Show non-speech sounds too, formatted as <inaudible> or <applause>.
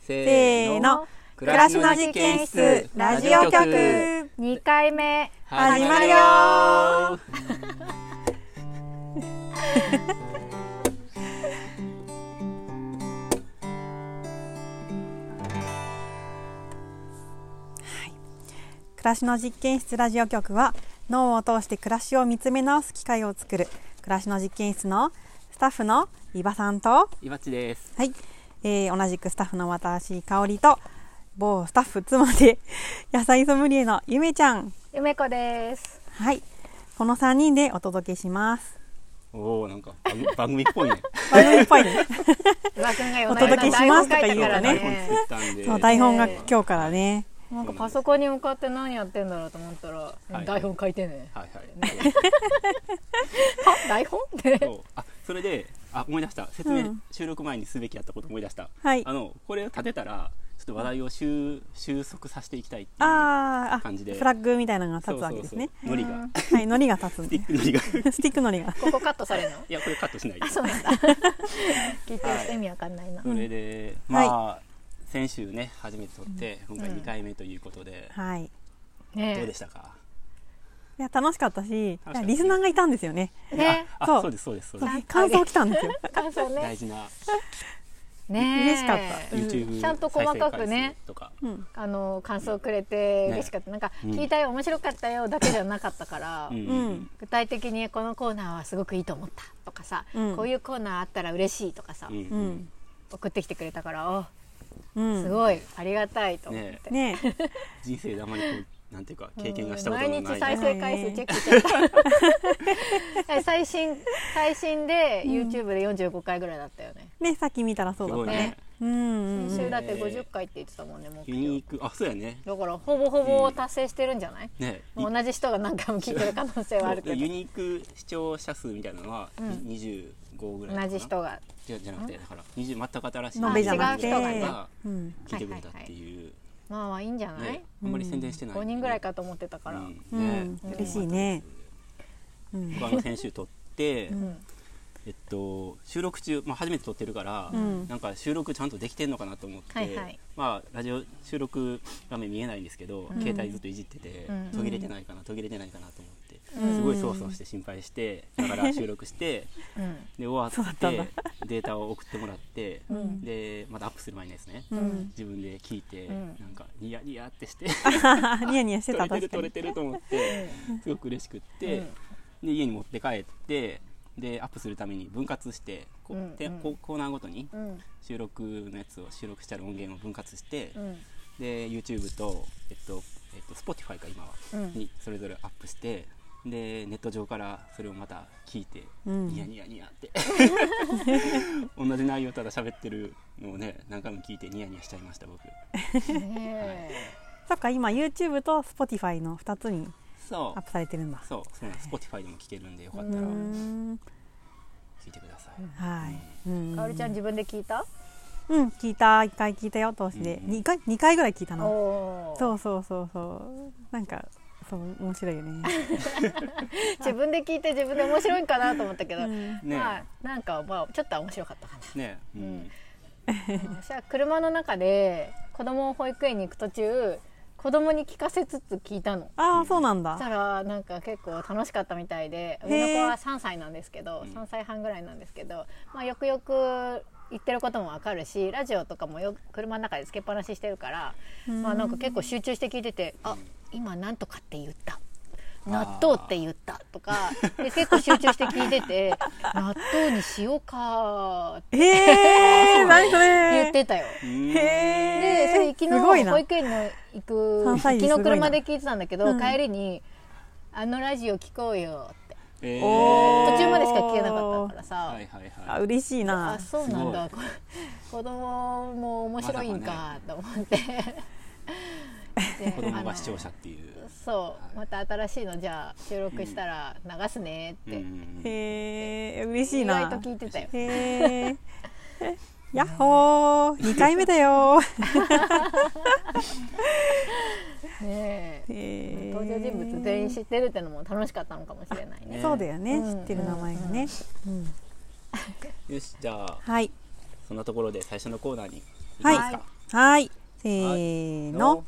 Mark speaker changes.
Speaker 1: せーの暮らしの実験室ラジオ局
Speaker 2: 二回目
Speaker 1: 始まるよー
Speaker 3: 暮らしの実験室ラジオ局は脳を通して暮らしを見つめ直す機会を作る暮らしの実験室のスタッフの伊庭さんと、は
Speaker 1: イバチです
Speaker 3: いえー同じくスタッフの私香織と某スタッフ妻で <laughs> 野菜ソムリエのゆめちゃん、
Speaker 2: 梅
Speaker 3: <laughs>
Speaker 2: 子です
Speaker 3: はい、この3人でお届けします。
Speaker 1: おおなんか番 <laughs> 組番組っぽいね
Speaker 3: 番組っぽ
Speaker 1: <laughs>
Speaker 3: いね
Speaker 2: 宇和くんが夜
Speaker 3: お
Speaker 2: な夜
Speaker 3: 届
Speaker 2: な
Speaker 3: けしますとか言うと
Speaker 2: 台本
Speaker 3: ね
Speaker 2: 書い
Speaker 1: 台
Speaker 2: た
Speaker 1: 本作っ
Speaker 2: から
Speaker 1: たんで
Speaker 3: そう台本が今日からね
Speaker 2: なんかパソコンに向かって何やってんだろうと思ったら、
Speaker 1: い
Speaker 2: 台本書いて
Speaker 3: <laughs>
Speaker 2: ね
Speaker 1: はいはい
Speaker 2: は台本って
Speaker 1: そうあそれであ思い出した説明、
Speaker 3: うん
Speaker 1: 収録前にすべきやったこと思い出した、
Speaker 3: はい
Speaker 1: あのこれを立てたらちょっと話題を収収束させていきたいっていう
Speaker 3: あーあ
Speaker 1: 感じで
Speaker 3: フラッグみたいなのが立つわけですね
Speaker 1: そうそうそうノリが
Speaker 3: はいのりが立つん
Speaker 1: ステ
Speaker 3: で
Speaker 1: ィックノリが <laughs> い
Speaker 3: <laughs> スティックのりが
Speaker 2: <laughs> ここカットされるの
Speaker 1: やこれカットしないで
Speaker 2: あ
Speaker 1: す
Speaker 2: そうなんだ聞いてる人意味わかんないな、
Speaker 1: それで、まあ、先週ね初めて撮って今回
Speaker 2: うん
Speaker 1: 2回目ということで、
Speaker 3: はい
Speaker 2: ね
Speaker 1: どう
Speaker 2: え
Speaker 1: でしたか
Speaker 3: いや楽しかったし
Speaker 1: 楽しかった
Speaker 3: リスナーがいたんですよね
Speaker 2: ね
Speaker 1: あ
Speaker 3: そ
Speaker 1: そううですそうですそう
Speaker 3: そ
Speaker 1: で
Speaker 3: う
Speaker 1: す
Speaker 2: なんか
Speaker 3: 感想来たんですよ
Speaker 2: 感想ね
Speaker 1: 大事な
Speaker 2: ねえ
Speaker 3: 嬉しかったうん
Speaker 1: YouTube
Speaker 2: ちゃんと細か
Speaker 1: 再
Speaker 2: くね
Speaker 1: 生回数とか
Speaker 3: うん
Speaker 2: あの感想くれて嬉しかった、なんか
Speaker 1: うん
Speaker 2: 聞いたよ、面白かったよだけじゃなかったから、
Speaker 1: うん
Speaker 3: うん
Speaker 2: 具体的にこのコーナーはすごくいいと思ったとかさ、
Speaker 3: うん
Speaker 2: こういうコーナーあったら嬉しいとかさ、
Speaker 1: うん
Speaker 3: う
Speaker 1: うん
Speaker 3: ん
Speaker 2: 送ってきてくれたからあ
Speaker 3: うん
Speaker 2: すごいありがたいと思って、
Speaker 3: ねえ
Speaker 1: 人生であまりこうなんていうか経験がしたことの
Speaker 2: 毎
Speaker 1: ない
Speaker 2: 日再
Speaker 3: ね
Speaker 2: 生回数チェックしちゃった、 <laughs> 最新最新で YouTube で45回ぐらいだったよね、
Speaker 3: ねさっき見たらそう
Speaker 1: す
Speaker 3: だっ
Speaker 1: ごい
Speaker 3: た
Speaker 1: ね
Speaker 3: ねうんうん
Speaker 2: 先週だって
Speaker 1: ね
Speaker 2: 50回って言ってたもんね
Speaker 1: ユ
Speaker 2: 目
Speaker 1: ニ
Speaker 2: 標
Speaker 1: ークあそうやね
Speaker 2: だからほぼほぼ達成してるんじゃない、
Speaker 1: ね
Speaker 2: もう同じ人が何回も聞いてる可能性はあるけ
Speaker 1: ユ
Speaker 2: ど
Speaker 1: ニーク視聴者数みたいなのは
Speaker 2: ん
Speaker 1: 25ぐらいかな
Speaker 2: 同じ人が
Speaker 1: じゃじゃなくてだから20全く新しい
Speaker 3: のべじゃなくて
Speaker 1: 人が
Speaker 3: うん
Speaker 1: 聞いてくれたっていう
Speaker 2: まあまあいいんじゃない、
Speaker 1: ねあんまり宣伝してない
Speaker 2: 5人ぐらいかと思ってたから、
Speaker 3: う
Speaker 1: ね
Speaker 3: ん嬉しいねうん
Speaker 1: 僕あの先週撮って
Speaker 2: ん
Speaker 1: えっと収録中まあ初めて撮ってるから
Speaker 3: ん
Speaker 1: なんか収録ちゃんとできてんのかなと思っ
Speaker 2: はい
Speaker 1: て
Speaker 2: はい
Speaker 1: まあラジオ収録画面見えないんですけど携帯ずっといじってて
Speaker 2: うん
Speaker 1: 途切れてないかな途切れてないかなと思って
Speaker 2: うん
Speaker 1: すごいそわそわして心配してだから収録
Speaker 3: <laughs>
Speaker 1: して
Speaker 2: うん
Speaker 1: で終わっ
Speaker 3: そうだ
Speaker 1: て
Speaker 3: っ
Speaker 1: データを送ってもらって、
Speaker 2: ん
Speaker 1: でまたアップする前にですね、
Speaker 3: うん <laughs>
Speaker 1: 自分で聞いて、
Speaker 2: うん
Speaker 1: なんかニヤニヤってして
Speaker 3: ニヤニヤして
Speaker 1: <laughs> 撮
Speaker 3: た
Speaker 1: れて
Speaker 3: 確
Speaker 1: る
Speaker 3: か
Speaker 1: 撮れ
Speaker 3: に
Speaker 1: てると思ってすごく嬉しくって、で家に持って帰ってでアップするために分割してこう
Speaker 2: うん
Speaker 1: で
Speaker 2: うん
Speaker 1: こうコーナーごとに
Speaker 2: うん
Speaker 1: 収録のやつを収録したる音源を分割して、
Speaker 2: うん
Speaker 1: で YouTube と、えっとえっと、Spotify か今は、
Speaker 2: うん
Speaker 1: にそれぞれアップしてでネット上からそれをまた聞いて、
Speaker 3: うん
Speaker 1: ニヤニヤニヤって <laughs> 同じ内容ただ喋ってるのをね何回も聞いてニヤニヤしちゃいました僕
Speaker 2: ね
Speaker 3: そっか今 YouTube と Spotify の2つに
Speaker 1: そ
Speaker 3: アップされてるんだ
Speaker 1: うそうそうなんです Spotify でも聞けるんでよかったら
Speaker 3: う
Speaker 1: 聞
Speaker 3: ん
Speaker 1: いてください、
Speaker 3: はい
Speaker 2: え
Speaker 3: う
Speaker 2: かおりちゃん自分で聞いた
Speaker 3: うん聞いた1回聞いたよ通しで
Speaker 1: うん
Speaker 3: 2回二回ぐらい聞いたの
Speaker 2: おー
Speaker 3: そうそうそうそうなんかそう面白いよ
Speaker 1: <laughs>
Speaker 3: ね
Speaker 2: <laughs> 自分で聞いて自分で面白いんかなと思ったけど、
Speaker 3: うん
Speaker 1: ね
Speaker 2: まあなんかまあちょっとは面白かったかな
Speaker 1: ねうん、
Speaker 2: <laughs> 私は車の中で子供を保育園に行く途中子供に聞かせつつ聞いたの
Speaker 3: ああそうなん
Speaker 2: そした
Speaker 3: だ
Speaker 2: らなんか結構楽しかったみたいで
Speaker 3: へー
Speaker 2: 上の子は3歳なんですけど
Speaker 1: うん
Speaker 2: 3歳半ぐらいなんですけど、まあ、よくよく言ってることもわかるしラジオとかもよ車の中でつけっぱなししてるから、
Speaker 3: ん
Speaker 2: まあ、なんか結構集中して聞いてて「あ今なんとかって言った」納豆って言ったとかで結構集中して聞いてて「納豆にしようか」って
Speaker 3: ええ
Speaker 2: <laughs>
Speaker 3: 何それ
Speaker 2: 言ってたよ。
Speaker 1: うん
Speaker 3: へえ
Speaker 2: でそれ行きの
Speaker 3: すごいな
Speaker 2: 保育園の行く
Speaker 3: 3歳
Speaker 2: 行
Speaker 3: 児す
Speaker 2: きの
Speaker 3: ごいな
Speaker 2: 車で聞いてたんだけど、
Speaker 3: うん
Speaker 2: 帰りに「あのラジオ聞こうよ」って
Speaker 1: えー
Speaker 3: おー
Speaker 2: 途中までしか聞けなかったからさ、
Speaker 1: はいはい
Speaker 3: あ
Speaker 1: はい
Speaker 3: 嬉しいな
Speaker 2: あそうなんだこ子供も面白いんかと思って、で
Speaker 1: 子供
Speaker 2: あの
Speaker 1: が視聴者っていう、
Speaker 2: そうまた新しいのじゃあ収録したら流すねっ
Speaker 1: うんう
Speaker 2: て、
Speaker 1: んうん、
Speaker 3: へえ嬉しい
Speaker 2: 意外と
Speaker 3: な
Speaker 2: 聞いてたよ、
Speaker 3: へ
Speaker 2: <laughs>
Speaker 3: えやっほー2回目だ
Speaker 2: <laughs>
Speaker 3: よ
Speaker 2: ねえ
Speaker 3: へー
Speaker 2: 登場人物全員知ってるってのも楽しかったのかもしれないね
Speaker 1: ね
Speaker 3: そうだよね、
Speaker 2: うん
Speaker 3: 知ってる名前がね、うん
Speaker 1: よしじゃあ
Speaker 3: はい
Speaker 1: そんなところで最初のコーナーに行きま
Speaker 3: は
Speaker 1: す
Speaker 3: い
Speaker 1: か、
Speaker 2: はい
Speaker 3: はい。せーの。